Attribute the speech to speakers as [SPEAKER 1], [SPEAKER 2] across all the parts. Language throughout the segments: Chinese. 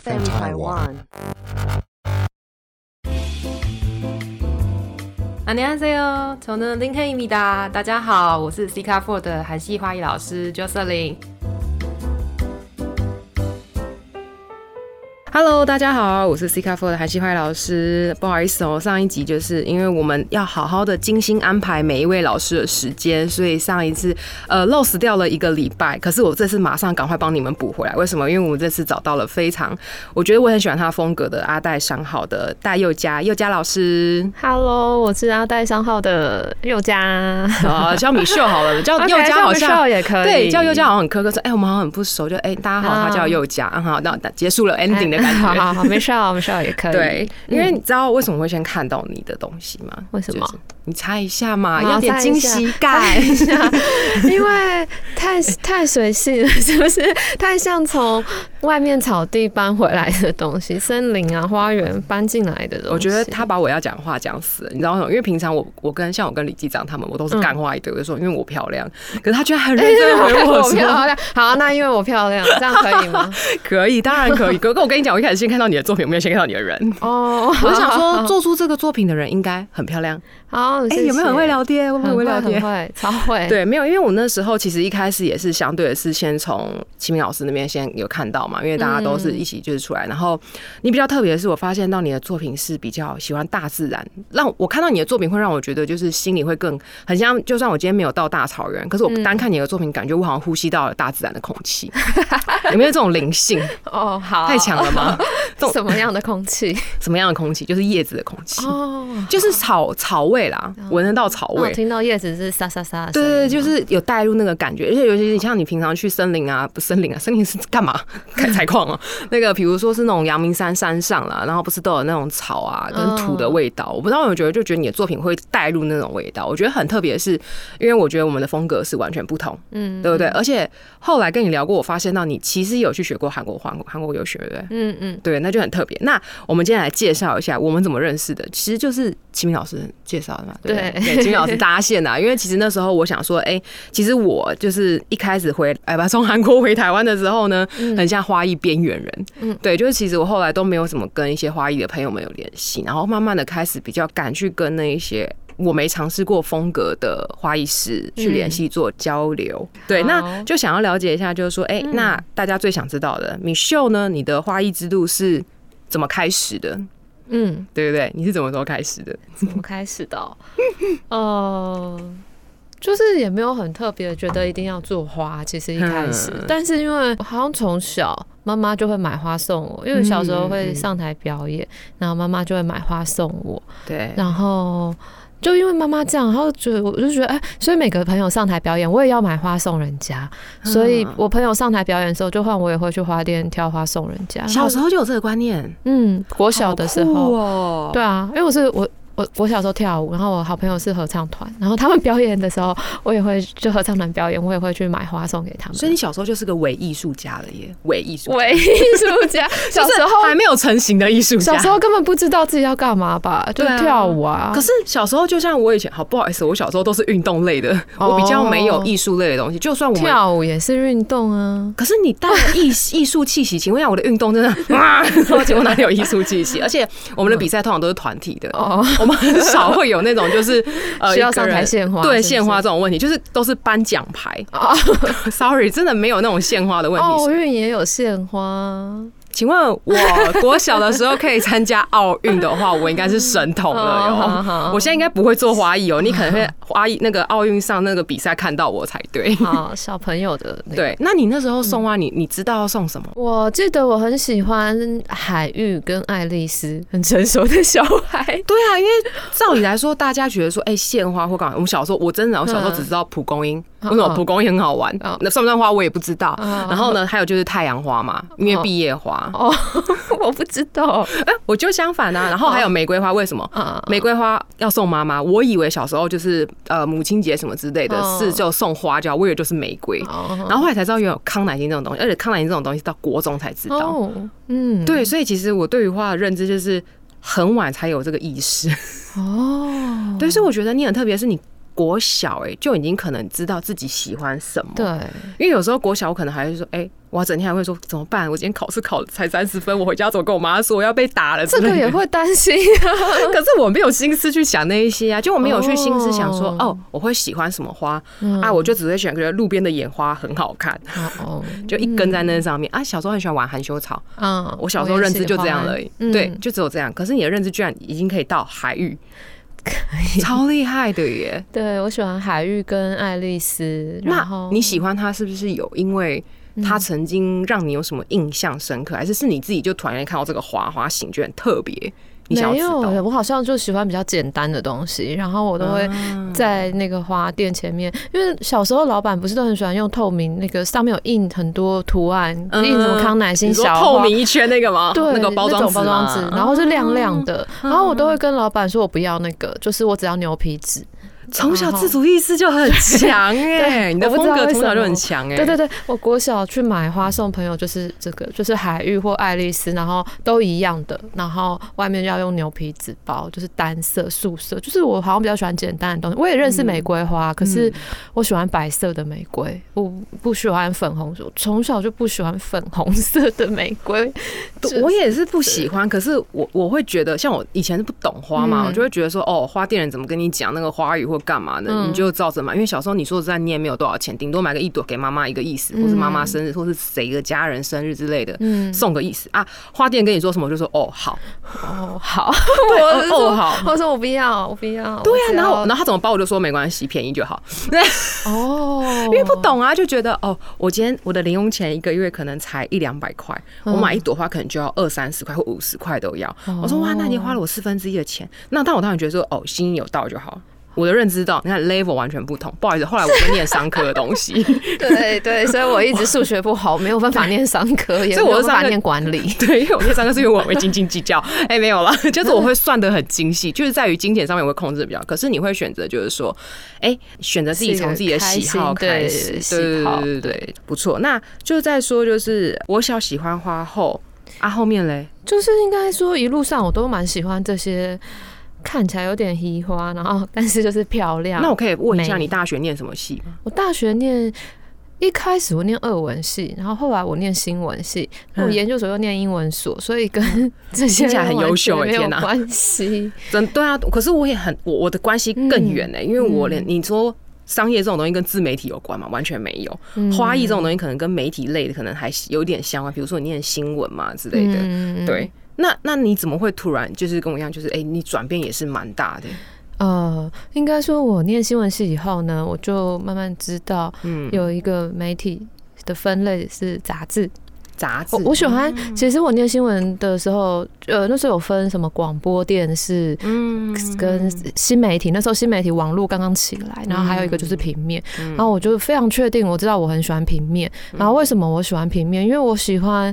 [SPEAKER 1] FM Taiwan.
[SPEAKER 2] 안녕하세요。저는 링헤입니다。大家好，我是 C 卡 Four 的韩系花艺老师 Jocelyn。Hello，大家好，我是 C 卡 Four 的韩系花艺老师。不好意思哦，上一集就是因为我们要好好的精心安排每一位老师的时间，所以上一次呃 loss 掉了一个礼拜。可是我这次马上赶快帮你们补回来。为什么？因为我们这次找到了非常，我觉得我很喜欢他风格的阿黛商号的戴佑嘉佑嘉老师。
[SPEAKER 3] Hello，我是阿戴商号的佑佳，
[SPEAKER 2] 啊，叫米秀好了，叫
[SPEAKER 3] OK，
[SPEAKER 2] 哦佑嘉好
[SPEAKER 3] 叫
[SPEAKER 2] 像
[SPEAKER 3] Michelle 也可以啊
[SPEAKER 2] 对，叫佑嘉好像很苛刻，说哎、我们好像很不熟，就哎、大家好，他叫佑嘉，嗯好，那那结束了 ending 的感
[SPEAKER 3] 哎 好
[SPEAKER 2] 觉。
[SPEAKER 3] 好好，没事啊，没事啊，也可以。
[SPEAKER 2] 对，因为你知道为什么会先看到你的东西吗？
[SPEAKER 3] 为什么
[SPEAKER 2] 就是你猜一下嘛，
[SPEAKER 3] 好
[SPEAKER 2] 要点惊喜 感。
[SPEAKER 3] 猜一下猜一下因为太太随性了，是不是？太像从外面草地搬回来的东西，森林啊、花园搬进来的东西。
[SPEAKER 2] 我觉得他把我要讲话讲死了，你知道为什么？因为平常我我跟像我跟李机长他们，我都
[SPEAKER 3] 嗯
[SPEAKER 2] 是干话一堆，我就说因为我漂亮，可是他居 然很认真地回我
[SPEAKER 3] 哎我漂
[SPEAKER 2] 说
[SPEAKER 3] 亮，好，那因为我漂亮，这样可以 吗？
[SPEAKER 2] 可以，当然可以。可可我跟你讲，我一开始先看到你的作品，我没有先看到你的 人。
[SPEAKER 3] 哦，
[SPEAKER 2] 我就想
[SPEAKER 3] 好，
[SPEAKER 2] 说，做出这个作品的人应该很漂亮。
[SPEAKER 3] 好，
[SPEAKER 2] 哎、
[SPEAKER 3] 谢谢
[SPEAKER 2] 有没有很会？聊天？会不
[SPEAKER 3] 很
[SPEAKER 2] 会
[SPEAKER 3] 会，
[SPEAKER 2] 聊
[SPEAKER 3] 很
[SPEAKER 2] 天？
[SPEAKER 3] 会，超会。
[SPEAKER 2] 对，没有，因为我那时候其实一开始也是相对的是先从齐明老师那边先有看到嘛，因为大家都是
[SPEAKER 3] 嗯
[SPEAKER 2] 一起就是出来，然后你比较特别的是，我发现到你的作品是比较喜欢大自然，让我看到你的作品会让我觉得就是心里会更很像，就算我今天没有到大草原，可是
[SPEAKER 3] 嗯
[SPEAKER 2] 我单看你的作品，感觉我好像呼吸到了大自然的空气， 有没有这种灵性？
[SPEAKER 3] 哦， 好，
[SPEAKER 2] 太强了吗？这
[SPEAKER 3] 什
[SPEAKER 2] 种
[SPEAKER 3] 么样的空气？
[SPEAKER 2] 什么样的空气？就是叶子的空气。
[SPEAKER 3] 哦，
[SPEAKER 2] 就是草草味啦，闻得到草
[SPEAKER 3] 我
[SPEAKER 2] 味，
[SPEAKER 3] 听到叶子是沙沙沙的
[SPEAKER 2] 对
[SPEAKER 3] 声音
[SPEAKER 2] 对，对，就
[SPEAKER 3] 啊吗
[SPEAKER 2] 是有带入那个感觉，而且尤其是你像你平常去森林啊，不森林啊，森 林是干嘛？采采矿啊， 那个比如说是那种阳明山山上啦，然后不是都有那种草啊
[SPEAKER 3] 嗯
[SPEAKER 2] 跟土的味道？我不知道，我觉得就觉得你的作品会带入那种味道，我觉得很特别，是因为我觉得我们的风格是完全不同，
[SPEAKER 3] 嗯
[SPEAKER 2] 对不对？而且后来跟你聊过，我发现到你其实有去学过韩国韩国韩国游学，对不对？
[SPEAKER 3] 嗯嗯，
[SPEAKER 2] 对，那就很特别。那我们今天来介绍一下我们怎么认识的，其实就是齐明老师介绍的嘛，对不对？
[SPEAKER 3] 对
[SPEAKER 2] 对，齐明老师搭线的、啊，因为其实那时候我想说，哎、其实我就是一开始回，哎吧，从韩国回台湾的时候呢，很像花艺边缘人，嗯，对，就是其实我后来都没有怎么跟一些花艺的朋友们有联系，然后慢慢的开始比较敢去跟那一些。我没尝试过风格的花艺师去联系做交流，对，那
[SPEAKER 3] 嗯好嗯
[SPEAKER 2] 就想要了解一下，就是说，哎、那大家最想知道的，米秀呢，你的花艺之路是怎么开始的？
[SPEAKER 3] 嗯，
[SPEAKER 2] 对不对？你是怎么时候开始的？
[SPEAKER 3] 怎么开始的哦？呃，就是也没有很特别，觉得一定要做花。其实一开始，
[SPEAKER 2] 嗯
[SPEAKER 3] 但是因为好像从小妈妈就会买花送我，因为小时候会上台表演，然后妈妈就会买花送我，
[SPEAKER 2] 对，
[SPEAKER 3] 然后。就因为妈妈这样，然后觉得我就觉得哎、所以每个朋友上台表演，我也要买花送人家。所以
[SPEAKER 2] 嗯
[SPEAKER 3] 我朋友上台表演的时候，就换我也会去花店挑花送人家。
[SPEAKER 2] 小时
[SPEAKER 3] 候，
[SPEAKER 2] 候就有这个观念，
[SPEAKER 3] 嗯，国小的时
[SPEAKER 2] 好
[SPEAKER 3] 候
[SPEAKER 2] 酷，哦，
[SPEAKER 3] 对啊，因为我是我我我小时候跳舞，然后我好朋友是合唱团，然后他们表演的时候，我也会就合唱团表演，我也会去买花送给他们。
[SPEAKER 2] 所以你小时候就是个伪艺术家了耶，伪艺术家，
[SPEAKER 3] 伪艺术家， 小时候
[SPEAKER 2] 还没有成型的艺术家。
[SPEAKER 3] 小时候根本不知道自己要干嘛吧，就
[SPEAKER 2] 对啊
[SPEAKER 3] 跳舞啊。
[SPEAKER 2] 可是小时候就像我以前，好不好意思，我小时候都是运动类的，
[SPEAKER 3] 哦
[SPEAKER 2] 我比较没有艺术类的东西。就算我们，
[SPEAKER 3] 跳舞也是运动啊，
[SPEAKER 2] 可是你带了艺艺术气息，请问一下，我的运动真 的哇，我请问哪里有艺术气息？而且我们的比赛通常都是团体的，
[SPEAKER 3] 哦，
[SPEAKER 2] 我们很少会有那种 就是呃
[SPEAKER 3] 需要
[SPEAKER 2] 一个
[SPEAKER 3] 上台
[SPEAKER 2] 人
[SPEAKER 3] 献花
[SPEAKER 2] 对
[SPEAKER 3] 是不是哦
[SPEAKER 2] 献花这种问题，就是都是颁奖牌。Sorry，真的没有那种献花的问题
[SPEAKER 3] 奥。哦运也有献 花，
[SPEAKER 2] 请问我国小的时候可以参加奥运的话，我应该是神童了
[SPEAKER 3] 哦好
[SPEAKER 2] 哟。
[SPEAKER 3] 好
[SPEAKER 2] 我现在应该不会做花艺哦，你可能会花艺那个奥运上那个比赛看到我才对。
[SPEAKER 3] 好小朋友的那 个。
[SPEAKER 2] 对，那你那时候送花，你你知道要送什么？
[SPEAKER 3] 我记得我很喜欢海芋跟爱丽丝，很成熟的小孩。
[SPEAKER 2] 对啊，因为照理来说，大家觉得说，哎、献花或干嘛？我们小时候，我真的，我小时候只知道蒲公 英，为什么
[SPEAKER 3] 嗯
[SPEAKER 2] 蒲公英很好玩？
[SPEAKER 3] 嗯
[SPEAKER 2] 那算不算花我也不知道。
[SPEAKER 3] 嗯
[SPEAKER 2] 然后呢，还有就是太阳花嘛，因为
[SPEAKER 3] 哦
[SPEAKER 2] 毕业花，
[SPEAKER 3] 哦，我不知道。
[SPEAKER 2] 哎、我就相反啊。然后还
[SPEAKER 3] 嗯
[SPEAKER 2] 有玫瑰花，为什么？
[SPEAKER 3] 啊，
[SPEAKER 2] 玫瑰花要送妈妈，我以为小时候就是呃母亲节什么之类的
[SPEAKER 3] 哦
[SPEAKER 2] 是就送花就好，我以为就是玫瑰，
[SPEAKER 3] 哦
[SPEAKER 2] 然后后来才知道原来有康乃馨这种东西，而且康乃馨这种东西到国中才知道。
[SPEAKER 3] 哦，嗯，
[SPEAKER 2] 对，所以其实我对于花的认知就是很晚才有这个意识。
[SPEAKER 3] 哦，
[SPEAKER 2] 对，所以我觉得你很特别，是你国小哎、就已经可能知道自己喜欢什么。
[SPEAKER 3] 对，
[SPEAKER 2] 因为有时候国小我可能还会说，哎、我我整天还会说怎么办？我今天考试考才三十分，我回家怎么跟我妈说我要被打了之
[SPEAKER 3] 这
[SPEAKER 2] 类的？
[SPEAKER 3] 个也会担心啊。
[SPEAKER 2] 可是我没有心思去想那一些啊，就我没有去心思想说，
[SPEAKER 3] 哦
[SPEAKER 2] 哦，我会喜欢什么花、啊，我就只会选觉得路边的野花很好看，
[SPEAKER 3] 哦，
[SPEAKER 2] 就一根在那上面、啊。小时候很喜欢玩含羞草，
[SPEAKER 3] 嗯
[SPEAKER 2] 我小时候认知就这样而已，对，
[SPEAKER 3] 对，
[SPEAKER 2] 就只有这样。可是你的认知居然已经可以到海 域，超厉害的耶！
[SPEAKER 3] 对我喜欢海芋跟爱丽丝。然
[SPEAKER 2] 那
[SPEAKER 3] 后嗯
[SPEAKER 2] 你喜欢他是不是有因为他曾经让你有什么印象深刻，还是是你自己就突然间看到这个花花型觉得很特别，你想
[SPEAKER 3] 没
[SPEAKER 2] 要
[SPEAKER 3] 有
[SPEAKER 2] 知
[SPEAKER 3] 欸，
[SPEAKER 2] 道？嗯
[SPEAKER 3] 我好像就喜欢比较简单的东西，然后我都会
[SPEAKER 2] 啊
[SPEAKER 3] 在那个花店前面，因为小时候老板不是都很喜欢用透明那个上面有印很多图案，
[SPEAKER 2] 嗯
[SPEAKER 3] 印什么康乃馨
[SPEAKER 2] 你说
[SPEAKER 3] 小
[SPEAKER 2] 透
[SPEAKER 3] 花
[SPEAKER 2] 明一圈那个吗？嗯
[SPEAKER 3] 对，
[SPEAKER 2] 那个包装
[SPEAKER 3] 种包装
[SPEAKER 2] 嘛
[SPEAKER 3] 纸，然后是亮亮的，
[SPEAKER 2] 嗯
[SPEAKER 3] 然后我都会跟老板说，我不要那个，就是我只要牛皮纸。
[SPEAKER 2] 从小自主意识就很 强哎、
[SPEAKER 3] 对
[SPEAKER 2] 你的风
[SPEAKER 3] 我
[SPEAKER 2] 格
[SPEAKER 3] 不知道为什么
[SPEAKER 2] 从小就很强哎、
[SPEAKER 3] 对对对，我国小去买花送朋友，就是这个，就是海芋或爱丽丝，然后都一样的，然后外面要用牛皮纸包，就是单色、素色，就是我好像比较喜欢简单的东西。我也认识玫瑰花，可
[SPEAKER 2] 嗯
[SPEAKER 3] 是我喜欢白色的玫瑰，我不喜欢粉红色，我从小就不喜欢粉红色的玫瑰。
[SPEAKER 2] 对，我也是不喜欢，可是我我会觉得，像我以前是不懂花嘛，
[SPEAKER 3] 嗯
[SPEAKER 2] 我就会觉得说，哦，花店人怎么跟你讲那个花语或干嘛的，
[SPEAKER 3] 嗯
[SPEAKER 2] 你就照着买。因为小时候你说实在，你也没有多少钱，顶多买个一朵给妈妈一个意思，
[SPEAKER 3] 嗯
[SPEAKER 2] 或是妈妈生日，或是谁的家人生日之类的，
[SPEAKER 3] 嗯，
[SPEAKER 2] 送个意思啊。花店跟你说什么，我就说哦好，
[SPEAKER 3] 哦，好，
[SPEAKER 2] 对
[SPEAKER 3] 我是
[SPEAKER 2] 哦
[SPEAKER 3] 说
[SPEAKER 2] 哦好。
[SPEAKER 3] 我说我不要，我不要。
[SPEAKER 2] 对
[SPEAKER 3] 我
[SPEAKER 2] 啊，
[SPEAKER 3] 只要
[SPEAKER 2] 然后然后他怎么包我就说没关系，便宜就好，
[SPEAKER 3] 哦，因
[SPEAKER 2] 因为不懂啊，就觉得哦，我今天我的零用钱一个月可能才一两百块，我买一朵花可能就要二三十块或五十块都要。我说哇，那你花了我四分之一的钱，那但我当然觉得说哦，心意有到就好。我的认知到，你看 level 完全不同。不好意思，后来我就念商科的东西，
[SPEAKER 3] 对对，所以我一直数学不好，没有办法念商 科，也
[SPEAKER 2] 所以
[SPEAKER 3] 没
[SPEAKER 2] 我
[SPEAKER 3] 有
[SPEAKER 2] 是上
[SPEAKER 3] 办法
[SPEAKER 2] 个
[SPEAKER 3] 念管理。
[SPEAKER 2] 对，因为我念商科是因为我会斤斤计较。哎、没有啦， 就是我会算得很精细，就是在于金钱上面我会控制得比较。可是你会选择就是说，哎、选择自己
[SPEAKER 3] 是一个
[SPEAKER 2] 从自己的
[SPEAKER 3] 开
[SPEAKER 2] 喜好
[SPEAKER 3] 心对
[SPEAKER 2] 开始，
[SPEAKER 3] 喜
[SPEAKER 2] 对
[SPEAKER 3] 好
[SPEAKER 2] 对对对，不错。那就再说就是我小喜欢花后啊，后面嘞，
[SPEAKER 3] 就是应该说一路上我都蛮喜欢这些看起来有点移花，然后 但是就是漂亮。
[SPEAKER 2] 那我可以问一下
[SPEAKER 3] 美
[SPEAKER 2] 你大学念什么系吗？
[SPEAKER 3] 我大学念。一开始我念二文系，然后后来我念新闻系，
[SPEAKER 2] 嗯
[SPEAKER 3] 我研究所又念英文所，所以跟 这些
[SPEAKER 2] 听起来很优秀
[SPEAKER 3] 完
[SPEAKER 2] 欸
[SPEAKER 3] 全
[SPEAKER 2] 天哪
[SPEAKER 3] 没有关系。
[SPEAKER 2] 真对啊，可是我也很我我的关系
[SPEAKER 3] 嗯
[SPEAKER 2] 更远呢、因为我连你说。商业这种东西跟自媒体有关吗？完全没有。
[SPEAKER 3] 嗯
[SPEAKER 2] 花艺这种东西可能跟媒体类的可能还有点相关，比如说你念新闻嘛之类的。
[SPEAKER 3] 嗯，
[SPEAKER 2] 对，那那你怎么会突然就是跟我一样，就是哎、你转变也是蛮大的，
[SPEAKER 3] 呃，应该说我念新闻系以后呢，我就慢慢知道
[SPEAKER 2] 嗯，
[SPEAKER 3] 有一个媒体的分类是杂志，
[SPEAKER 2] 杂志
[SPEAKER 3] 我，我喜欢，其实我念新闻的时候，呃，那时候有分什么广播电视。
[SPEAKER 2] 嗯，
[SPEAKER 3] 跟新媒体，那时候新媒体网络刚刚起来，然后还有一个就是平面，然后我就非常确定，我知道我很喜欢平面。然后为什么我喜欢平面？因为我喜欢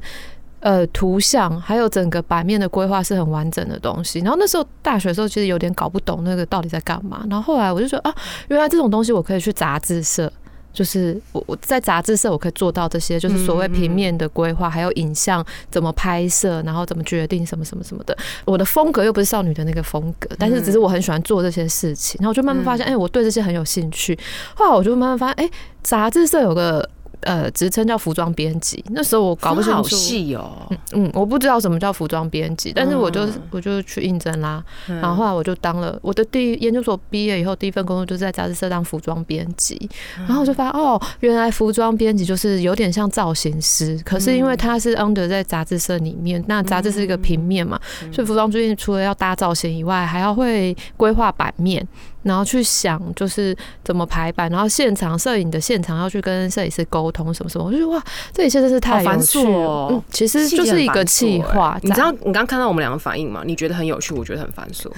[SPEAKER 3] 呃图像，还有整个版面的规划是很完整的东西。然后那时候大学的时候，其实有点搞不懂那个到底在干嘛。然后后来我就说啊，原来这种东西我可以去杂志社。就是我我在杂志社我可以做到这些，
[SPEAKER 2] 嗯
[SPEAKER 3] 就是所谓平面的规划，还有影像怎么拍摄，然后怎么决定什么什么什么的。我的风格又不是少女的那个风格，但是只是我很喜欢做这些事情。然后我就慢慢发
[SPEAKER 2] 嗯
[SPEAKER 3] 现，哎、我对这些很有兴趣。后来我就慢慢发现，哎、杂志社有个呃职称叫服装编辑，那时候我搞不清
[SPEAKER 2] 好
[SPEAKER 3] 楚。
[SPEAKER 2] 细哦，
[SPEAKER 3] 嗯，我不知道什么叫服装编辑，但是我就、
[SPEAKER 2] 嗯
[SPEAKER 3] 我就去应征啦，嗯然后后来我就当了我的第一研究所毕业以后第一份工作就是在杂志社当服装编辑，
[SPEAKER 2] 嗯
[SPEAKER 3] 然后我就发现哦，原来服装编辑就是有点像造型师，可是
[SPEAKER 2] 嗯
[SPEAKER 3] 因为它是 under 在杂志社里面，那杂志是一个平面嘛，
[SPEAKER 2] 嗯
[SPEAKER 3] 所以服装编辑除了要搭造型以外，还要会规划版面。然后去想就是怎么排版，然后现场摄影的现场要去跟摄影师沟通什么什么，我就觉得哇，这一切真是太
[SPEAKER 2] 好繁
[SPEAKER 3] 有趣
[SPEAKER 2] 琐
[SPEAKER 3] 了
[SPEAKER 2] 哦
[SPEAKER 3] 嗯，其实就是一个
[SPEAKER 2] 细
[SPEAKER 3] 企
[SPEAKER 2] 节很繁琐
[SPEAKER 3] 划
[SPEAKER 2] 哎
[SPEAKER 3] 展，
[SPEAKER 2] 你知道你刚看到我们两个反应吗？你觉得很有趣，我觉得很繁琐，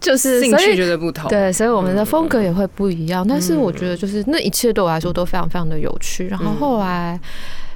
[SPEAKER 3] 就是
[SPEAKER 2] 兴
[SPEAKER 3] 所
[SPEAKER 2] 趣
[SPEAKER 3] 以。
[SPEAKER 2] 觉得不同。
[SPEAKER 3] 对，所以我们的风格也会不一样，但是
[SPEAKER 2] 嗯
[SPEAKER 3] 我觉得就是那一切对我来说都非常非常的有趣。然后后来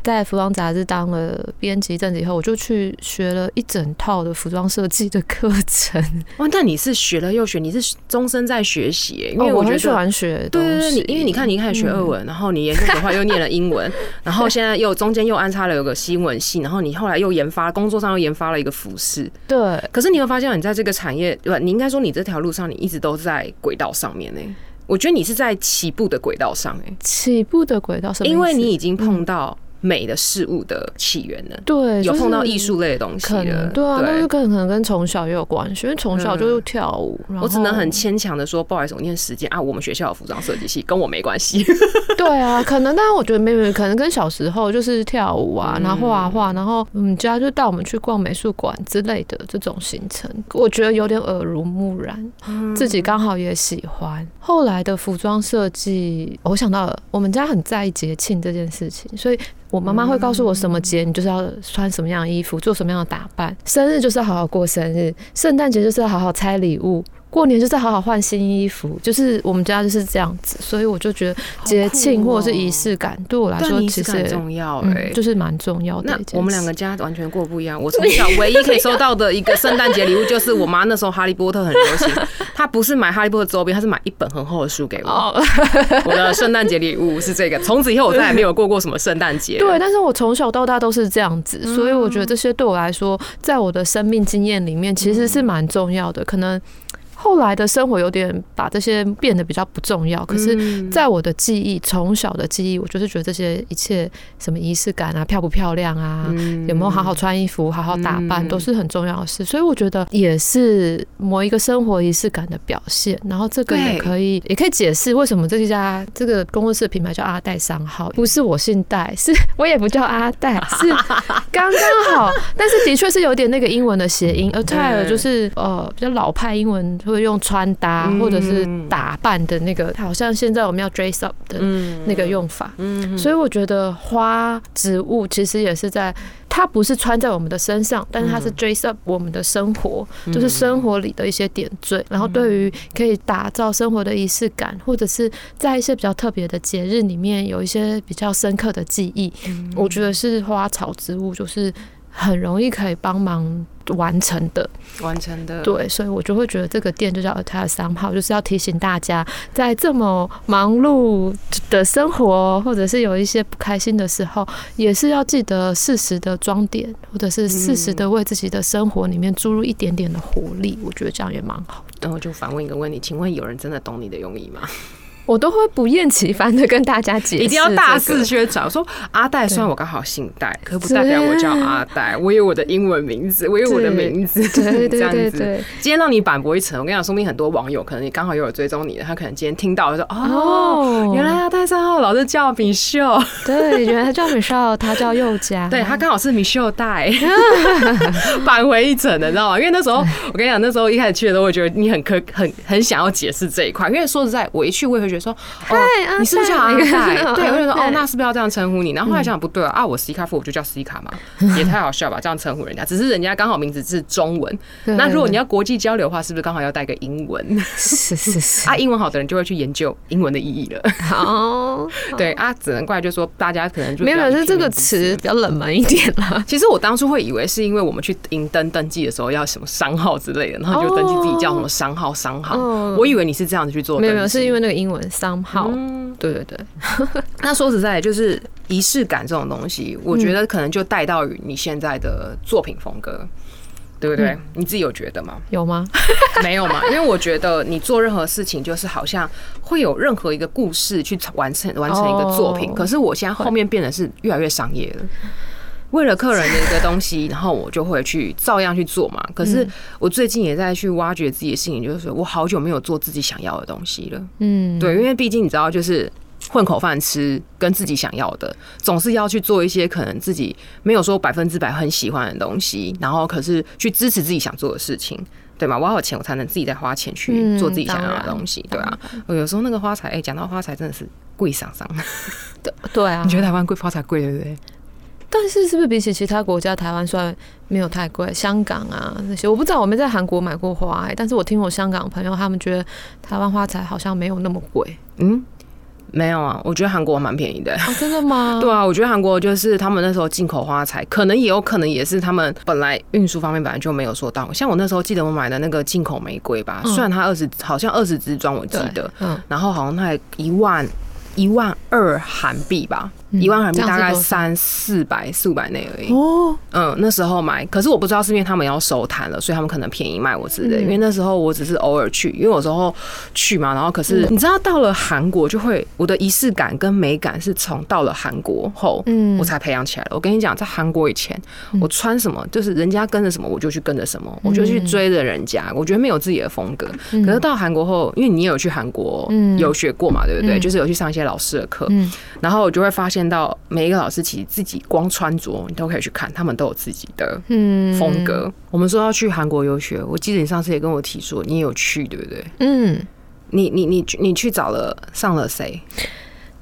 [SPEAKER 3] 在服装杂志当了编辑一阵子以后，我就去学了一整套的服装设计的课程，
[SPEAKER 2] 哇，那你是学了又学，你是终身在学习 欸耶，因为
[SPEAKER 3] 哦我
[SPEAKER 2] 觉
[SPEAKER 3] 很喜
[SPEAKER 2] 得
[SPEAKER 3] 欢学
[SPEAKER 2] 对对对，
[SPEAKER 3] 东
[SPEAKER 2] 你
[SPEAKER 3] 西嗯
[SPEAKER 2] 因为你看，你一开始学俄文，然后你研究所的话又念了英文， 然后现在又中间又安插了有个新闻系，然后你后来又研发工作上又研发了一个服饰。
[SPEAKER 3] 对，
[SPEAKER 2] 可是你会发现，你在这个产业，对吧？你应该说你这条路上，你一直都在轨道上面欸呢、我觉得你是在起步的轨道上哎、
[SPEAKER 3] 起步的轨道什么意思？
[SPEAKER 2] 因为你已经碰到美的事物的起源呢？
[SPEAKER 3] 对，
[SPEAKER 2] 有
[SPEAKER 3] 就是
[SPEAKER 2] 碰到艺术类的东西
[SPEAKER 3] 可能
[SPEAKER 2] 了，
[SPEAKER 3] 对啊，那就跟可能跟从小也有关系，因为从小就是跳舞，然
[SPEAKER 2] 嗯
[SPEAKER 3] 后
[SPEAKER 2] 我只能很牵强的说，不好意思，我念时间啊，我们学校有服装设计系，跟我没关 系。
[SPEAKER 3] 对啊，可能，但是我觉得没有，可能跟小时候就是跳舞啊，然后画画，然后嗯，家就带我们去逛美术馆之类的这种行程，我觉得有点耳濡目染，自己刚好也喜欢。后来的服装设计，我想到了，我们家很在意节庆这件事情，所以。我妈妈会告诉
[SPEAKER 2] 嗯
[SPEAKER 3] 我什么节你就是要穿什么样的衣服，做什么样的打扮。生日就是要好好过生日，圣诞节就是要好好拆礼物，过年就是要好好换新衣服。就是我们家就是这样子，所以我就觉得节庆或者是仪式感，对我来
[SPEAKER 2] 对啊，
[SPEAKER 3] 说
[SPEAKER 2] 仪
[SPEAKER 3] 其
[SPEAKER 2] 式
[SPEAKER 3] 实
[SPEAKER 2] 感很
[SPEAKER 3] 也
[SPEAKER 2] 重要哎、
[SPEAKER 3] 嗯，就是蛮重要的
[SPEAKER 2] 那
[SPEAKER 3] 一件事。
[SPEAKER 2] 我们两个家完全过不一样。我从小唯一可以收到的一个圣诞节礼物，就是我妈那时候《哈利波特》很流行，她不是买《哈利波特》周边，她是买一本很厚的书给我。
[SPEAKER 3] 哦，
[SPEAKER 2] 我的圣诞节礼物是这个，从此以后我再也没有过过什么圣诞节。
[SPEAKER 3] 对，，但是我从小到大都是这样子，
[SPEAKER 2] 嗯
[SPEAKER 3] 所以我觉得这些对我来说，在我的生命经验里面其实是蛮重要的。可能后来的生活有点把这些变得比较不重要，可是
[SPEAKER 2] 嗯
[SPEAKER 3] 在我的记忆，从小的记忆，我就是觉得这些一切什么仪式感啊，漂不漂亮啊，
[SPEAKER 2] 嗯
[SPEAKER 3] 有没有好好穿衣服、好好打扮，都是很重要的事。所以我觉得也是某一个生活仪式感的表现。然后这个
[SPEAKER 2] 对
[SPEAKER 3] 也可以，也可以解释为什么这家这个工作室的品牌叫阿黛商号，不是我姓戴，是我也不叫阿 黛，是刚刚好，但是的确是有点那个英文的谐音。而泰尔就是呃比较老派英文会用穿搭或者是
[SPEAKER 2] 嗯
[SPEAKER 3] 打扮的那个，好像现在我们要 dress up 的
[SPEAKER 2] 嗯
[SPEAKER 3] 那个用法。嗯所以我觉得花植物其实也是在，它不是穿在我们的身上，但是它是 dress up 我们的生活，就是生活里的一些点缀。然后对于可以打造生活的仪式感，或者是在一些比较特别的节日里面有一些比较深刻的记忆，我觉得是花草植物就是很容易可以帮忙。完成的，
[SPEAKER 2] 完成的。
[SPEAKER 3] 对，所以我就会觉得这个店就叫 Attire 三号，就是要提醒大家，在这么忙碌的生活，或者是有一些不开心的时候，也是要记得适时的装点，或者是适时的为自己的生活里面注入一点点的活力。我觉得这样也蛮好。
[SPEAKER 2] 然后就反问一个问题：请问有人真的懂你的用意吗？
[SPEAKER 3] 我都会不厌其烦的跟大家解释、
[SPEAKER 2] 一定要大肆。宣传。我说阿黛，虽然我刚好姓戴，可不代表我叫阿黛，我有我的英文名字，我有我的名字，
[SPEAKER 3] 啊
[SPEAKER 2] 这
[SPEAKER 3] 对对
[SPEAKER 2] 样
[SPEAKER 3] 对
[SPEAKER 2] 子。
[SPEAKER 3] 对，
[SPEAKER 2] 今天让你反驳一层，我跟你讲，说不定很多网友可能你刚好又有追踪你的，他可能今天听到就说哦。
[SPEAKER 3] 哦
[SPEAKER 2] 原来阿戴三号老师叫米秀，
[SPEAKER 3] 对，原来他叫米少，他叫佑佳，
[SPEAKER 2] 对他刚好是米秀 戴，返回一层的，你知道吗？因为那时候我跟你讲，那时候一开始去的时候，我觉得你很苛，很很想要解释这一块，因为说实在，我一去我也会觉得说，哦，
[SPEAKER 3] 阿
[SPEAKER 2] 你是不是叫阿
[SPEAKER 3] 戴
[SPEAKER 2] 戴？对，我就说
[SPEAKER 3] 阿
[SPEAKER 2] 哦
[SPEAKER 3] 戴，
[SPEAKER 2] 那是不是要这样称呼你？然后后来想想不对啊，
[SPEAKER 3] 嗯
[SPEAKER 2] 啊，我斯卡夫我就叫斯卡嘛，也太好笑吧，这样称呼人家，只是人家刚好名字是中文，
[SPEAKER 3] 对
[SPEAKER 2] 那如果你要国际交流的话，是不是刚好要带个英 文？
[SPEAKER 3] 是 是是，
[SPEAKER 2] 啊，英文好的人就会去研究英文的意义了。
[SPEAKER 3] 好，
[SPEAKER 2] 对啊，只能怪就说大家可能就
[SPEAKER 3] 哦没有
[SPEAKER 2] 比较
[SPEAKER 3] 没有，是这个
[SPEAKER 2] 一片迷思
[SPEAKER 3] 词。比较冷门一点啦。
[SPEAKER 2] 其实我当初会以为是因为我们去迎登登记的时候要什么商号之类的，然后就登记自己叫什么商号商号。
[SPEAKER 3] 嗯
[SPEAKER 2] 我以为你是这样子去做，
[SPEAKER 3] 没有没有，是因
[SPEAKER 2] 为。
[SPEAKER 3] 为那个英文 somehow，、对对对，
[SPEAKER 2] 那说实在的，就是仪式感这种东西，我觉得可能就带到你现在的作品风格，对不对？
[SPEAKER 3] 嗯
[SPEAKER 2] 你自己有觉得吗？
[SPEAKER 3] 有吗？
[SPEAKER 2] 没有嘛？因为我觉得你做任何事情，就是好像会有任何一个故事去完成完成一个作品。
[SPEAKER 3] 哦
[SPEAKER 2] 可是我现在后面变得是越来越商业了。为了客人的一个东西，然后我就会去照样去做嘛。可是我最近也在去挖掘自己的事情，就是我好久没有做自己想要的东西了。
[SPEAKER 3] 嗯，
[SPEAKER 2] 对，因为毕竟你知道，就是混口饭吃，跟自己想要的，总是要去做一些可能自己没有说百分之百很喜欢的东西，然后可是去支持自己想做的事情。对嘛，我要有钱，我才能自己再花钱去
[SPEAKER 3] 嗯
[SPEAKER 2] 做自己想要的
[SPEAKER 3] 当然
[SPEAKER 2] 东西，对啊。我有时候那个花材，哎、讲到花材真的是贵上上，
[SPEAKER 3] 对 对啊
[SPEAKER 2] 你。觉得台湾贵花材贵对不对？
[SPEAKER 3] 但是是不是比起其他国家，台湾算没有太贵？香港啊那些，我不知道我没在韩国买过花、欸，但是我听我香港朋友他们觉得台湾花材好像没有那么 贵
[SPEAKER 2] 嗯，没有啊，我觉得韩国蛮便宜的。
[SPEAKER 3] 哦，真的吗？
[SPEAKER 2] 对啊，我觉得韩国就是他们那时候进口花材，可能也有可能也是他们本来运输方面本来就没有说到。像我那时候记得我买的那个进口玫瑰吧，
[SPEAKER 3] 嗯
[SPEAKER 2] 虽然它二十好像二十支装，我记
[SPEAKER 3] 对
[SPEAKER 2] 得，
[SPEAKER 3] 嗯，
[SPEAKER 2] 然后好像它一万一万二韩币吧，一万人民币
[SPEAKER 3] 嗯这样
[SPEAKER 2] 大
[SPEAKER 3] 是
[SPEAKER 2] 概
[SPEAKER 3] 多少
[SPEAKER 2] 三四百四五百内而已。
[SPEAKER 3] 哦，
[SPEAKER 2] 嗯，那时候买，可是我不知道是因为他们要收摊了，所以他们可能便宜卖我之类的。因为那时候我只是偶尔去，因为有时候去嘛，然后可是你知道到了韩国就会，我的仪式感跟美感是从到了韩国后，
[SPEAKER 3] 嗯
[SPEAKER 2] 我才培养起来的。我跟你讲，在韩国以前，我穿什么就是人家跟着什么我就去跟着什么，
[SPEAKER 3] 嗯
[SPEAKER 2] 我就去追着人家，我觉得没有自己的风格。可是到韩国后，因为你也有去韩国
[SPEAKER 3] 嗯
[SPEAKER 2] 有学过嘛，对不对？
[SPEAKER 3] 嗯
[SPEAKER 2] 就是有去上一些老师的课，
[SPEAKER 3] 嗯
[SPEAKER 2] 然后我就会发现到每一个老师其实自己光穿着你都可以去看，他们都有自己的
[SPEAKER 3] 嗯
[SPEAKER 2] 风格。我们说要去韩国游学，我记得你上次也跟我提说你也有去，对不对？
[SPEAKER 3] 嗯，
[SPEAKER 2] 你你你你去找了上了谁？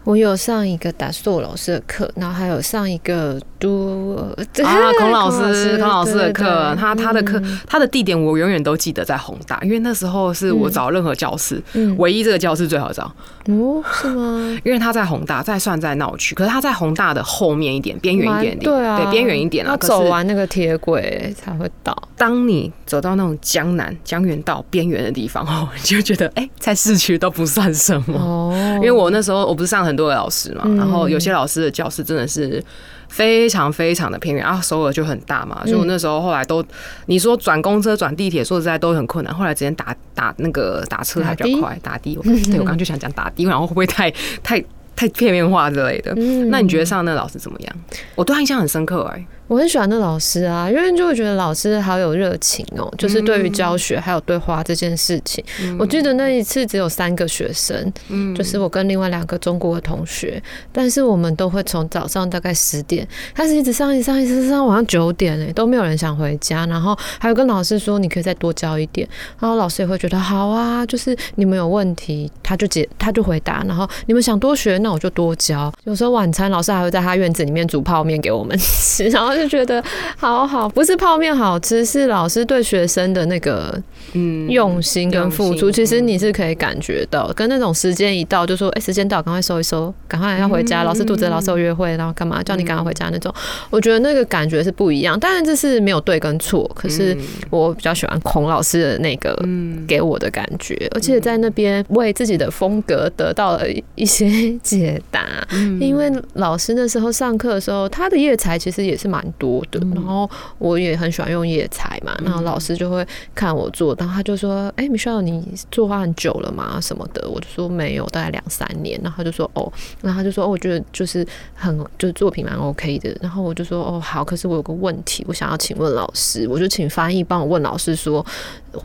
[SPEAKER 3] 我有上一个打素老师的课，然后还有上一个呃都 哎
[SPEAKER 2] 啊，孔老师，孔老师的
[SPEAKER 3] 对对
[SPEAKER 2] 课，
[SPEAKER 3] 对
[SPEAKER 2] 他他的课
[SPEAKER 3] 嗯，
[SPEAKER 2] 他的地点我永远都记得在宏大，因为那时候是我找任何教室，
[SPEAKER 3] 嗯
[SPEAKER 2] 唯一这个教室最好找，
[SPEAKER 3] 哦，是吗？
[SPEAKER 2] 因为他在宏大，在算在闹区，可是他在宏大的后面一点，边缘一点点，
[SPEAKER 3] 蛮对啊，
[SPEAKER 2] 对，边缘一点啊，
[SPEAKER 3] 要
[SPEAKER 2] 可是
[SPEAKER 3] 走完那个铁轨才会到。
[SPEAKER 2] 当你走到那种江南江原道边缘的地方哦，你就觉得哎、在市区都不算什么。
[SPEAKER 3] 哦，
[SPEAKER 2] 因为我那时候我不是上很多个老师嘛，
[SPEAKER 3] 嗯
[SPEAKER 2] 然后有些老师的教室真的是非常非常的偏远啊，首尔就很大嘛，所以
[SPEAKER 3] 嗯
[SPEAKER 2] 我那时候后来都，你说转公车转地铁，说实在都很困难，后来直接打打那个打车还比较快，打的。我 对我刚刚就想讲打的，然后会不会太太太片面化之类的？
[SPEAKER 3] 嗯
[SPEAKER 2] 那你觉得上那老师怎么样？我对他印象很深刻哎、
[SPEAKER 3] 我很喜欢那老师啊，因为就会觉得老师好有热情哦，就是对于教学还有对话这件事情。我记得那一次只有三个学生，就是我跟另外两个中国的同学，但是我们都会从早上大概十点开始一直上，一直上，一直上一直上，晚上九点哎、都没有人想回家。然后还有跟老师说你可以再多教一点，然后老师也会觉得好啊，就是你们有问题他就解他就回答，然后你们想多学那我就多教。有时候晚餐老师还会在他院子里面煮泡面给我们吃， 然后就觉得好好，不是泡面好吃，是老师对学生的那个
[SPEAKER 2] 嗯，
[SPEAKER 3] 用心跟付出，
[SPEAKER 2] 用心嗯
[SPEAKER 3] 其实你是可以感觉到，跟那种时间一到就说，哎、时间到，赶快收一收，赶快要回
[SPEAKER 2] 嗯
[SPEAKER 3] 家，老师肚子饿，老师有约会，然后干嘛，叫你赶快回家那种，我觉得那个感觉是不一样。当然这是没有对跟错，可是
[SPEAKER 2] 嗯
[SPEAKER 3] 我比较喜欢孔老师的那个给我的感觉，而且在那边为自己的风格得到了一些解答，因为老师那时候上课的时候，他的叶材其实也是蛮多的，然后我也很喜欢用叶材嘛，然后老师就会看我做，然后他就说：“哎、m i c h e l l e 你作画很久了吗？什么的？”我就说没有，大概两三年。然后他就说：“哦。”然后他就说：“哦，我觉得就是很就是作品蛮 OK 的。”然后我就说：“哦，好，可是我有个问题，我想要请问老师，我就请翻译帮我问老师说，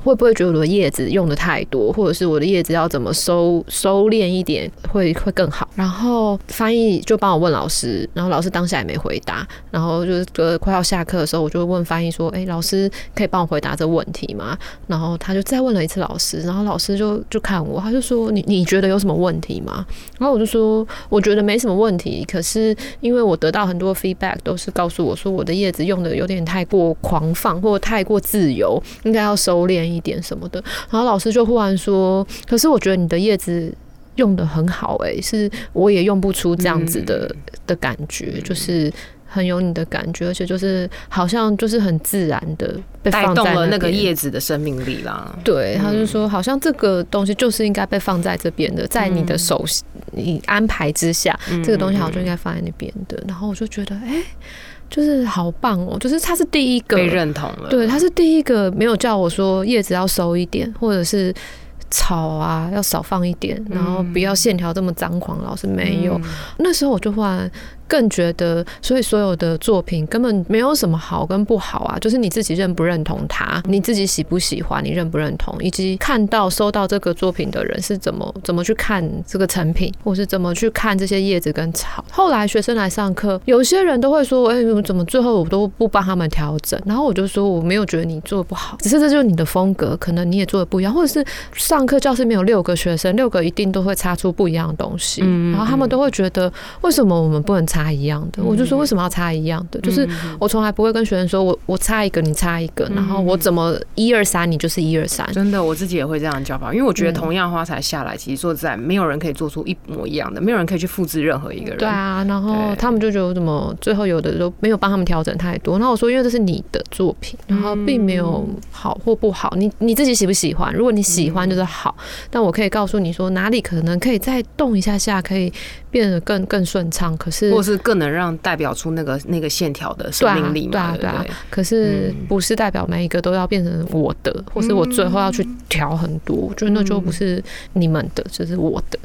[SPEAKER 3] 会不会觉得我的叶子用的太多，或者是我的叶子要怎么收收敛一点，会会更好？然后翻译就帮我问老师，然后老师当下也没回答，然后就是呃快要下课的时候，我就问翻译说：“哎、老师可以帮我回答这问题吗？”然后他就再问了一次老师，然后老师就就看我，他就说：“你你觉得有什么问题吗？”然后我就说：“我觉得没什么问题，可是因为我得到很多 feedback 都是告诉我说我的叶子用的有点太过狂放或太过自由，应该要收敛一点什么的。”然后老师就忽然说：“可是我觉得你的叶子。”用的很好诶、是我也用不出这样子的、的感觉，就是很有你的感觉，而且就是好像就是很自然的被
[SPEAKER 2] 带
[SPEAKER 3] 放
[SPEAKER 2] 动
[SPEAKER 3] 在
[SPEAKER 2] 了那
[SPEAKER 3] 那
[SPEAKER 2] 个嗯
[SPEAKER 3] 边
[SPEAKER 2] 叶子的生命力啦。
[SPEAKER 3] 对，他就说好像这个东西就是应该被放在这边的，在你的手、你安排之下，
[SPEAKER 2] 嗯
[SPEAKER 3] 这个东西好像就应该放在那边的。然后我就觉得，哎、就是好棒哦，就是他是第一个
[SPEAKER 2] 被认同了，
[SPEAKER 3] 对，他是第一个没有叫我说叶子要收一点，或者是草啊要少放一点，然后不
[SPEAKER 2] 嗯
[SPEAKER 3] 要线条这么张狂。老师没有，那时候我就忽然更觉得，所以所有的作品根本没有什么好跟不好啊，就是你自己认不认同它，你自己喜不喜欢，你认不认同，以及看到收到这个作品的人是怎么怎么去看这个成品，或是怎么去看这些叶子跟草。后来学生来上课，有些人都会说：“哎、我怎么最后我都不帮他们调整？”然后我就说：“我没有觉得你做的不好，只是这就是你的风格，可能你也做的不一样，或者是上课教室里面有六个学生，六个一定都会擦出不一样的东西，然后他们都会觉得为什么我们不能擦一样的？我就说为什么要擦一样的？
[SPEAKER 2] 嗯
[SPEAKER 3] 就是我从来不会跟学生说我我擦一个你擦一个，然后我怎么一二三你嗯就是一二三，
[SPEAKER 2] 真的，我自己也会这样教法，因为我
[SPEAKER 3] 嗯
[SPEAKER 2] 觉得同样花材下来，其实说实在，没有人可以做出一模一样的，没有人可以去复制任何一个人。
[SPEAKER 3] 对啊，然后
[SPEAKER 2] 对
[SPEAKER 3] 他们就觉得我怎么最后有的都没有帮他们调整太多。那我说，因为这是你的作品，然后并没有好或不好，你你自己喜不喜欢？如果你喜欢就是好，但我可以告诉你说哪里可能可以再动一下下，可以变得更更顺畅。可是
[SPEAKER 2] 或是更能让代表出那个那个线条的生命力
[SPEAKER 3] 对
[SPEAKER 2] 嘛，
[SPEAKER 3] 啊，对
[SPEAKER 2] 对
[SPEAKER 3] 啊，
[SPEAKER 2] 不
[SPEAKER 3] 对
[SPEAKER 2] 对
[SPEAKER 3] 啊？。可是
[SPEAKER 2] 嗯
[SPEAKER 3] 不是代表每一个都要变成我的，或是我最后要去调很多，
[SPEAKER 2] 嗯
[SPEAKER 3] 我觉得那就不是你们的，这是我的。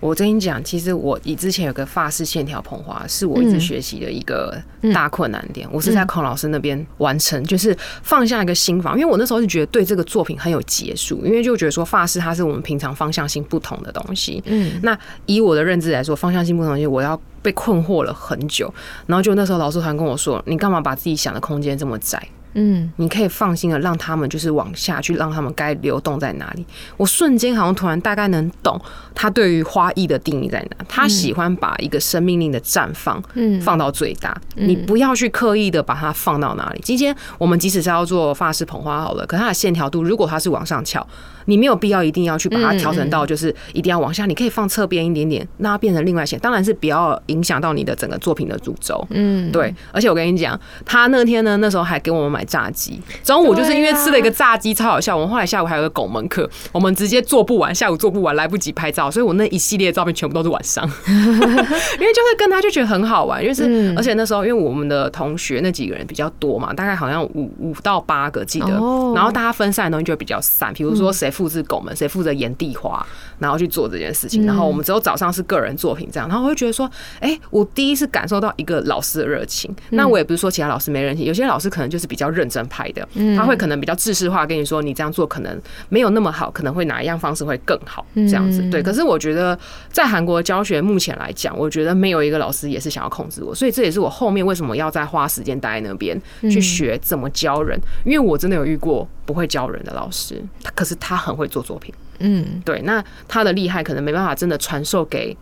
[SPEAKER 2] 我跟你讲，其实我以之前有个发式线条捧花，是我一直
[SPEAKER 3] 嗯
[SPEAKER 2] 学习的一个
[SPEAKER 3] 嗯
[SPEAKER 2] 大困难点。我是在孔老师那边完成，就是放下一个心房，因为我那时候就觉得对这个作品很有结束，因为就觉得说发式它是我们平常方向性不同的东西。
[SPEAKER 3] 嗯，
[SPEAKER 2] 那以我的认知来说，方向性不同的东西，我要被困惑了很久。然后就那时候老师团跟我说：“你干嘛把自己想的空间这么窄？”
[SPEAKER 3] 嗯，
[SPEAKER 2] 你可以放心的让他们就是往下去，让他们该流动在哪里。我瞬间好像突然大概能懂他对于花艺的定义在哪。他喜欢把一个生命力的绽放，
[SPEAKER 3] 嗯
[SPEAKER 2] 放到最大。你不要去刻意的把它放到哪里。今天我们即使是要做发饰捧花好了，可它的线条度如果它是往上翘，你没有必要一定要去把它调整到就是一定要往下，你可以放侧边一点点，让它变成另外线。当然是不要影响到你的整个作品的主轴。
[SPEAKER 3] 嗯，
[SPEAKER 2] 对，而且我跟你讲，他那天呢，那时候还给我们买炸鸡。中午就是因为吃了一个炸鸡，超好笑。我们后来下午还有个拱门课，我们直接做不完，下午做不完，来不及拍照，所以我那一系列照片全部都是晚 上。因为就是跟他就觉得很好玩，因为是、而且那时候因为我们的同学那几个人比较多嘛，大概好像五五到八个记得，
[SPEAKER 3] 哦嗯
[SPEAKER 2] 然后大家分散的东西就会比较散，比如说谁负责拱门，谁负责炎地花，然后去做这件事
[SPEAKER 3] 嗯
[SPEAKER 2] 情。然后我们只有早上是个人作品这样，然后我会觉得说，哎、我第一次感受到一个老师的热情。那我也不是说其他老师没热情，有些老师可能就是比较认真拍的，他会可能比较制式化跟你说，你这样做可能没有那么好，可能会哪一样方式会更好这样子。对，可是我觉得在韩国教学目前来讲，我觉得没有一个老师也是想要控制我，所以这也是我后面为什么要再花时间待在那边去学怎么教人，因为我真的有遇过不会教人的老师，他可是他很会做作品。
[SPEAKER 3] 嗯，
[SPEAKER 2] 对，那他的厉害可能没办法真的传授给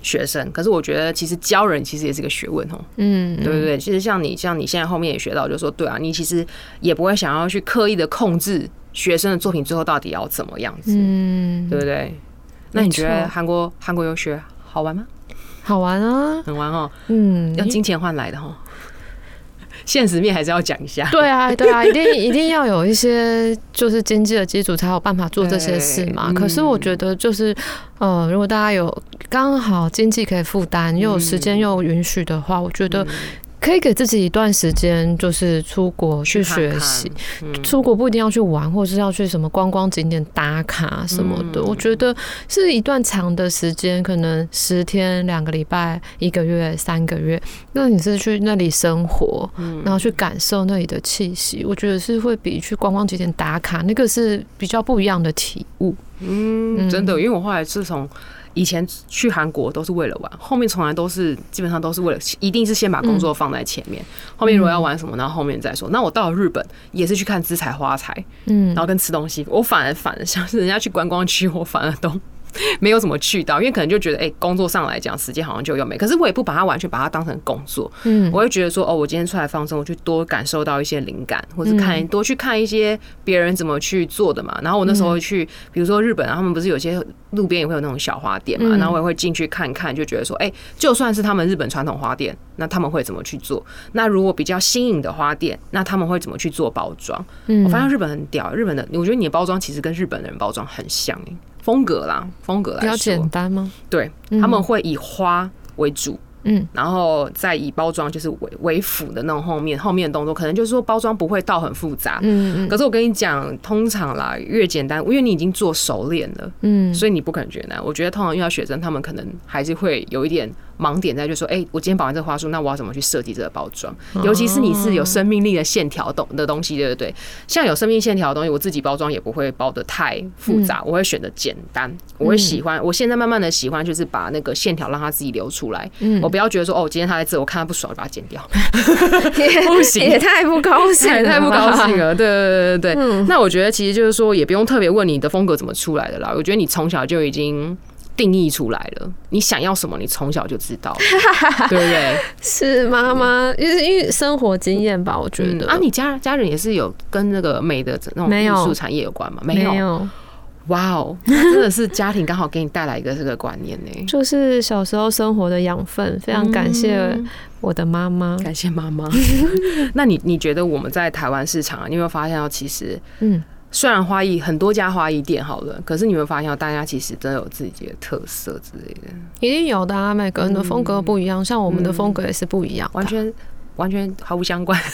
[SPEAKER 2] 学生，可是我觉得其实教人其实也是个学问哦，
[SPEAKER 3] 嗯
[SPEAKER 2] 对不对？其实像你，像你现在后面也学到，就是说对啊，你其实也不会想要去刻意的控制学生的作品最后到底要怎么样子，
[SPEAKER 3] 嗯，
[SPEAKER 2] 对不对？那你觉
[SPEAKER 3] 没
[SPEAKER 2] 得
[SPEAKER 3] 错
[SPEAKER 2] 韩国韩国游学好玩吗？
[SPEAKER 3] 好玩啊，
[SPEAKER 2] 很玩哦，
[SPEAKER 3] 嗯，
[SPEAKER 2] 要金钱换来的哦。现实面还是要讲一下，
[SPEAKER 3] 对啊，对 啊，一定一定要有一些就是经济的基础，才有办法做这些事嘛。
[SPEAKER 2] 对
[SPEAKER 3] 可是我觉得就是，呃，如果大家有刚好经济可以负担，
[SPEAKER 2] 嗯
[SPEAKER 3] 又有时间又允许的话，我觉得可以给自己一段时间，就是出国去
[SPEAKER 2] 看
[SPEAKER 3] 学
[SPEAKER 2] 看嗯
[SPEAKER 3] 习。出国不一定要去玩，或是要去什么观光景点打卡什么
[SPEAKER 2] 嗯
[SPEAKER 3] 的。我觉得是一段长的时间，可能十天、两个礼拜、一个月、三个月。那你是去那里生活，
[SPEAKER 2] 嗯
[SPEAKER 3] 然后去感受那里的气息，我觉得是会比去观光景点打卡那个是比较不一样的体悟。
[SPEAKER 2] 嗯，真的，因为我后来自从以前去韩国都是为了玩，后面从来都是基本上都是为了，一定是先把工作放在前面，后面如果要玩什么，然后后面再说。那我到了日本也是去看资财花财，
[SPEAKER 3] 嗯
[SPEAKER 2] 然后跟吃东西，我反而反而像是人家去观光区，我反而都。没有怎么去到，因为可能就觉得，哎、工作上来讲，时间好像就又没。可是我也不把它完全把它当成工作，
[SPEAKER 3] 嗯
[SPEAKER 2] 我会觉得说，哦，我今天出来放松，我去多感受到一些灵感，或是看、多去看一些别人怎么去做的嘛。然后我那时候去，比如说日本啊，他们不是有些路边也会有那种小花店嘛，
[SPEAKER 3] 嗯
[SPEAKER 2] 然后我也会进去看看，就觉得说，哎、就算是他们日本传统花店，那他们会怎么去做？那如果比较新颖的花店，那他们会怎么去做包装？
[SPEAKER 3] 嗯
[SPEAKER 2] 我发现日本很屌，日本的，我觉得你的包装其实跟日本人包装很像、欸，风格啦，风格
[SPEAKER 3] 比
[SPEAKER 2] 来说
[SPEAKER 3] 较简，单吗？
[SPEAKER 2] 对，他们会啊以花为主。
[SPEAKER 3] 嗯
[SPEAKER 2] 然后再以包装就是为为辅的那种后面后面的动作，可能就是说包装不会到很复杂。
[SPEAKER 3] 嗯嗯
[SPEAKER 2] 可是我跟你讲，通常啦，越简单，因为你已经做熟练了，
[SPEAKER 3] 嗯，
[SPEAKER 2] 所以你不可能觉得难。我觉得通常遇到学生，他们可能还是会有一点盲点在，就说，哎、我今天绑完这个花束，那我要怎么去设计这个包装？尤其是你是有生命力的线条懂的东西，对不对？像有生命线条的东西，我自己包装也不会包的太复杂，我会选择简单。我会喜欢，我现在慢慢的喜欢就是把那个线条让它自己流出来，我不要觉得说，哦，今天他在这，我看他不爽，我把它剪掉。
[SPEAKER 3] 不行，也太不 高兴
[SPEAKER 2] 太
[SPEAKER 3] 了吧，
[SPEAKER 2] 太不高兴 了。对对对对对。
[SPEAKER 3] 嗯
[SPEAKER 2] 那我觉得其实就是说，也不用特别问你的风格怎么出来的啦。我觉得你从小就已经。定义出来了，你想要什么，你从小就知道了， 对不
[SPEAKER 3] 嗯
[SPEAKER 2] 对？
[SPEAKER 3] 是妈妈，因为因为生活经验吧，我觉
[SPEAKER 2] 嗯
[SPEAKER 3] 得、
[SPEAKER 2] 啊，你家家人也是有跟那个美的那种
[SPEAKER 3] 没
[SPEAKER 2] 艺
[SPEAKER 3] 有
[SPEAKER 2] 术产业有关吗？没有，
[SPEAKER 3] 有，
[SPEAKER 2] 哇哦，那真的是家庭刚好给你带来一个这个观念呢。
[SPEAKER 3] 就是小时候生活的养分，非常感谢
[SPEAKER 2] 嗯
[SPEAKER 3] 我的妈妈。
[SPEAKER 2] 感 谢妈妈。那你你觉得我们在台湾市场、啊，你有没有发现到，其实
[SPEAKER 3] 嗯
[SPEAKER 2] 虽然花艺很多家花艺店好了，可是你会发现哦大家其实都有自己的特色之类的，
[SPEAKER 3] 一定有的啊，每个人的风格不一样，像我们的风格也是不一样
[SPEAKER 2] 嗯完
[SPEAKER 3] 的。
[SPEAKER 2] 全完全毫不相关。
[SPEAKER 3] 啊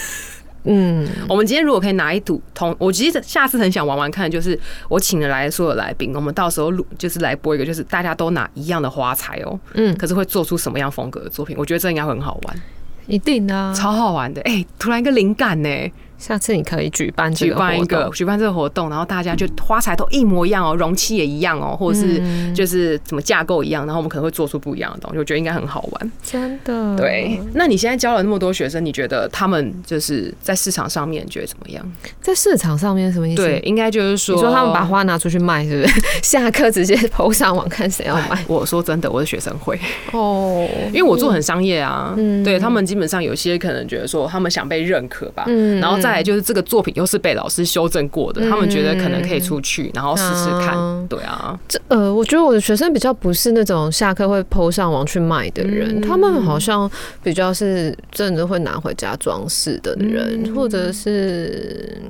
[SPEAKER 3] 嗯，
[SPEAKER 2] 我们今天如果可以拿一组同，我其实下次很想玩玩看，就是我请了来的所有来宾，我们到时候录就是来播一个，就是大家都拿一样的花材哦，
[SPEAKER 3] 嗯
[SPEAKER 2] 可是会做出什么样风格的作品？我觉得这应该会很好玩，
[SPEAKER 3] 一定的啊。
[SPEAKER 2] 超好玩的。哎、突然一个灵感呢、
[SPEAKER 3] 下次你可以举办这
[SPEAKER 2] 举
[SPEAKER 3] 个
[SPEAKER 2] 办一
[SPEAKER 3] 活
[SPEAKER 2] 个
[SPEAKER 3] 动，
[SPEAKER 2] 举办这个活动，然后大家就花材都一模一样哦，容器也一样哦，或者是
[SPEAKER 3] 嗯
[SPEAKER 2] 就是怎么架构一样，然后我们可能会做出不一样的东西，我觉得应该很好玩。
[SPEAKER 3] 真的。
[SPEAKER 2] 对，那你现在教了那么多学生，你觉得他们就是在市场上面你觉得怎么样？
[SPEAKER 3] 在市场上面什么意思？
[SPEAKER 2] 对，，应该就是说，
[SPEAKER 3] 你说他们把花拿出去卖，是不是？ 下课直接投上网看谁要买
[SPEAKER 2] 我说真的，我是学生会，
[SPEAKER 3] 哦。
[SPEAKER 2] 因为我做很商业啊，
[SPEAKER 3] 嗯
[SPEAKER 2] 对他们基本上有些可能觉得说他们想被认可吧，
[SPEAKER 3] 嗯
[SPEAKER 2] 然后再来就是这个作品又是被老师修正过的，他们觉得可能可以出去，然后试试看，
[SPEAKER 3] 啊
[SPEAKER 2] 对啊，
[SPEAKER 3] 这呃，我觉得我的学生比较不是那种下课会抛上网去卖的人，
[SPEAKER 2] 嗯
[SPEAKER 3] 他们好像比较是真的会拿回家装饰的人，
[SPEAKER 2] 嗯
[SPEAKER 3] 或者是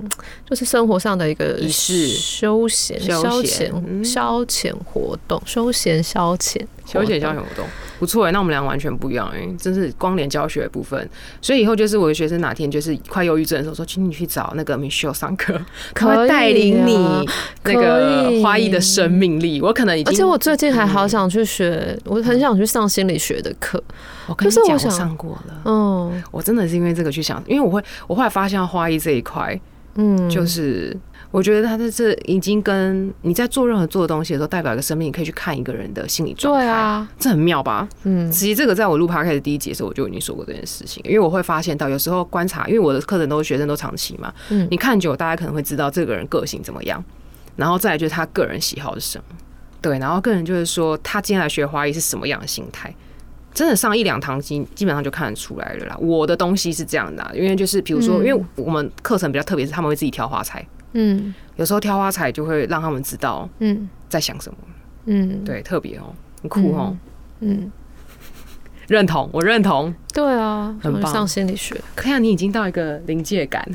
[SPEAKER 3] 就是生活上的一个
[SPEAKER 2] 仪式
[SPEAKER 3] 休闲、
[SPEAKER 2] 休
[SPEAKER 3] 消
[SPEAKER 2] 闲
[SPEAKER 3] 遣、
[SPEAKER 2] 嗯
[SPEAKER 3] 消遣活动、休闲消遣活
[SPEAKER 2] 休
[SPEAKER 3] 动、
[SPEAKER 2] 闲教学活动不错哎、那我们俩完全不一样哎、真是光连教学的部分，所以以后就是我的学生哪天就是快忧郁症的时候，说请你去找那个 Michelle 上 课，
[SPEAKER 3] 可以
[SPEAKER 2] 他
[SPEAKER 3] 啊
[SPEAKER 2] 会带领你那
[SPEAKER 3] 可
[SPEAKER 2] 个
[SPEAKER 3] 以啊
[SPEAKER 2] 花艺的生命力，我可能已经，
[SPEAKER 3] 而且我最近还好想去学，我很想去上心理学的课。
[SPEAKER 2] 我跟你
[SPEAKER 3] 就是
[SPEAKER 2] 讲，
[SPEAKER 3] 我
[SPEAKER 2] 我
[SPEAKER 3] 想
[SPEAKER 2] 上过了。
[SPEAKER 3] 嗯
[SPEAKER 2] 我真的是因为这个去想，因为我会，我后来发现花艺这一块，
[SPEAKER 3] 嗯，
[SPEAKER 2] 就是我觉得它在这已经跟你在做任何做的东西的时候，代表一个生命，你可以去看一个人的心理状态，
[SPEAKER 3] 对，啊，
[SPEAKER 2] 这很妙吧？
[SPEAKER 3] 嗯
[SPEAKER 2] 其实这个在我录 p 开的第一集的时候，我就已经说过这件事情，因为我会发现到有时候观察，因为我的课程都是学生都长期嘛，
[SPEAKER 3] 嗯
[SPEAKER 2] 你看久，了，大家可能会知道这个人个性怎么样，然后再来就是他个人喜好是什么，对，然后个人就是说他今天来学花艺是什么样的心态。真的上一两堂基基本上就看得出来了啦。我的东西是这样的、啊，因为就是比如说，
[SPEAKER 3] 嗯
[SPEAKER 2] 因为我们课程比较特别，是他们会自己挑花材，
[SPEAKER 3] 嗯
[SPEAKER 2] 有时候挑花材就会让他们知道
[SPEAKER 3] 嗯
[SPEAKER 2] 在想什么，
[SPEAKER 3] 嗯，
[SPEAKER 2] 对，特别哦，很酷哦，
[SPEAKER 3] 嗯，
[SPEAKER 2] 认同，我认同。
[SPEAKER 3] 对啊，
[SPEAKER 2] 很
[SPEAKER 3] 想去
[SPEAKER 2] 棒
[SPEAKER 3] 上心理学。
[SPEAKER 2] 看样你已经到一个临界感，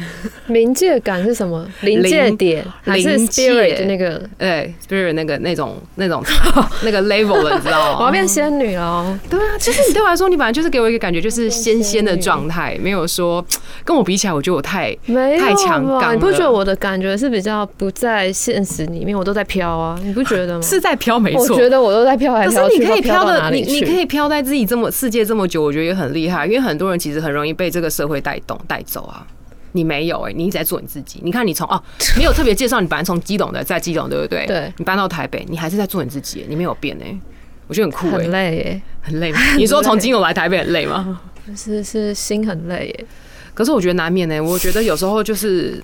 [SPEAKER 3] 临界感是什么？临界点还是
[SPEAKER 2] 临界
[SPEAKER 3] spirit 那个？
[SPEAKER 2] 对，spirit 那个那种那种 那个 level 了，你知道
[SPEAKER 3] 我要
[SPEAKER 2] 吗？
[SPEAKER 3] 变仙女了哦！
[SPEAKER 2] 对啊，其实你对我来说，你本来就是给我一个感觉，就是仙仙的状态，没有说跟我比起来，我觉得我太
[SPEAKER 3] 没有
[SPEAKER 2] 太强
[SPEAKER 3] 吧
[SPEAKER 2] 杠了
[SPEAKER 3] 你不觉得我的感觉是比较不在现实里面，我都在飘啊？你不觉得吗？
[SPEAKER 2] 是在飘，没
[SPEAKER 3] 我
[SPEAKER 2] 错。
[SPEAKER 3] 觉得我都在飘来
[SPEAKER 2] 可
[SPEAKER 3] 飘
[SPEAKER 2] 是
[SPEAKER 3] 去，
[SPEAKER 2] 你可以
[SPEAKER 3] 不知道
[SPEAKER 2] 飘
[SPEAKER 3] 飘到
[SPEAKER 2] 的，
[SPEAKER 3] 哪
[SPEAKER 2] 你
[SPEAKER 3] 里
[SPEAKER 2] 你
[SPEAKER 3] 去
[SPEAKER 2] 可以飘在自己这么世界这么久，我觉得也很厉害，因为很多人其实很容易被这个社会带动带走啊。你没有哎、你一直在做你自己。你看你从哦，没有特别介绍，你本来从基隆的，在基隆对不对？
[SPEAKER 3] 对
[SPEAKER 2] 你搬到台北，你还是在做你自己欸、你没有变哎、我觉得很酷哎、
[SPEAKER 3] 很累耶，
[SPEAKER 2] 很累吗？你说从基隆来台北很累吗？
[SPEAKER 3] 是是心很累耶。
[SPEAKER 2] 可是我觉得难免呢、我觉得有时候就是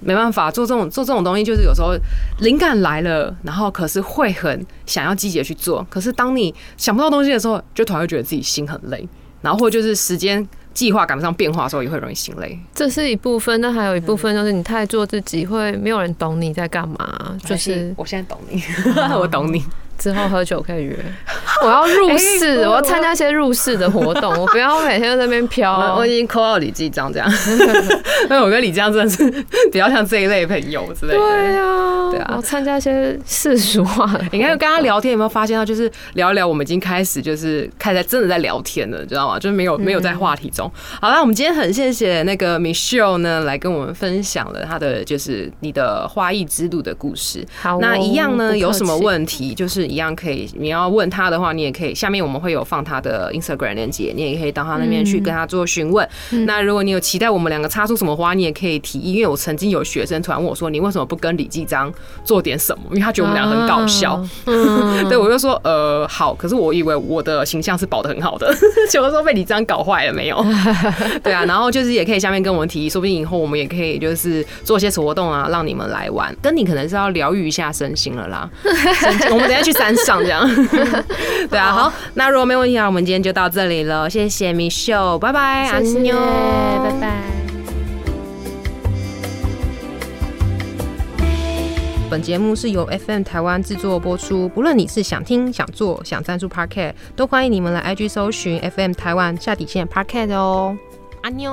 [SPEAKER 2] 没办法做这种做这种东西，就是有时候灵感来了，然后可是会很想要积极的去做，可是当你想不到东西的时候，就突然会觉得自己心很累，然后或者就是时间计划赶不上变化的时候，也会容易心累。
[SPEAKER 3] 这是一部分，那还有一部分就是你太做自己，会没有人懂你在干嘛。就是
[SPEAKER 2] 我现在懂你， 我懂 你。
[SPEAKER 3] 之后喝酒可以 约，我要入世，
[SPEAKER 2] 哎
[SPEAKER 3] 我要参加一些入世的活 动，我不要每天都在那边飘。
[SPEAKER 2] 我我已经扣到李继章这样， 因为我跟李继章真的是比较像这一类的朋友之类的。
[SPEAKER 3] 对啊，
[SPEAKER 2] 对啊
[SPEAKER 3] 我要参加一些世俗化的活动。
[SPEAKER 2] 你看跟他聊天有没有发现到，就是聊一聊，我们已经开始就是开始在真的在聊天了，你知道吗？就是没
[SPEAKER 3] 嗯
[SPEAKER 2] 有没有在话题中。好啦，我们今天很谢谢那个 Michelle 呢，来跟我们分享了她的就是你的花艺之路的故事。
[SPEAKER 3] 好哦，
[SPEAKER 2] 那一样
[SPEAKER 3] 不
[SPEAKER 2] 呢，
[SPEAKER 3] 客
[SPEAKER 2] 有什么
[SPEAKER 3] 气？
[SPEAKER 2] 问题，就是一样可以，你要问他的话，你也可以。下面我们会有放他的 Instagram 链接，你也可以到他那边
[SPEAKER 3] 嗯
[SPEAKER 2] 去跟他做询问。那如果你有期待我们两个擦出什么花，你也可以提议。因为我曾经有学生突然问我说：“你为什么不跟李继章做点什么？”因为他觉得我们俩很搞笑。
[SPEAKER 3] 啊嗯
[SPEAKER 2] 对，我就说呃好，可是我以为我的形象是保的很好的， 结果说被你这样搞坏了没有？ 对啊，然后就是也可以下面跟我们提议，说不定以后我们也可以就是做一些活动啊，让你们来玩，跟你可能是要疗愈一下身心了 啦。身心我们等一下去山上这样。对啊，好，那如果没问题啊，我们今天就到这里了，谢谢米秀，拜拜，安
[SPEAKER 3] 谢谢，
[SPEAKER 2] 妞，
[SPEAKER 3] 拜拜。
[SPEAKER 2] 本节目是由 FM 台湾制作播出。不论你是想听、想做、想赞助 Parket，都欢迎你们来 IG 搜寻 FM 台湾下底线 Parket 哦。安妞。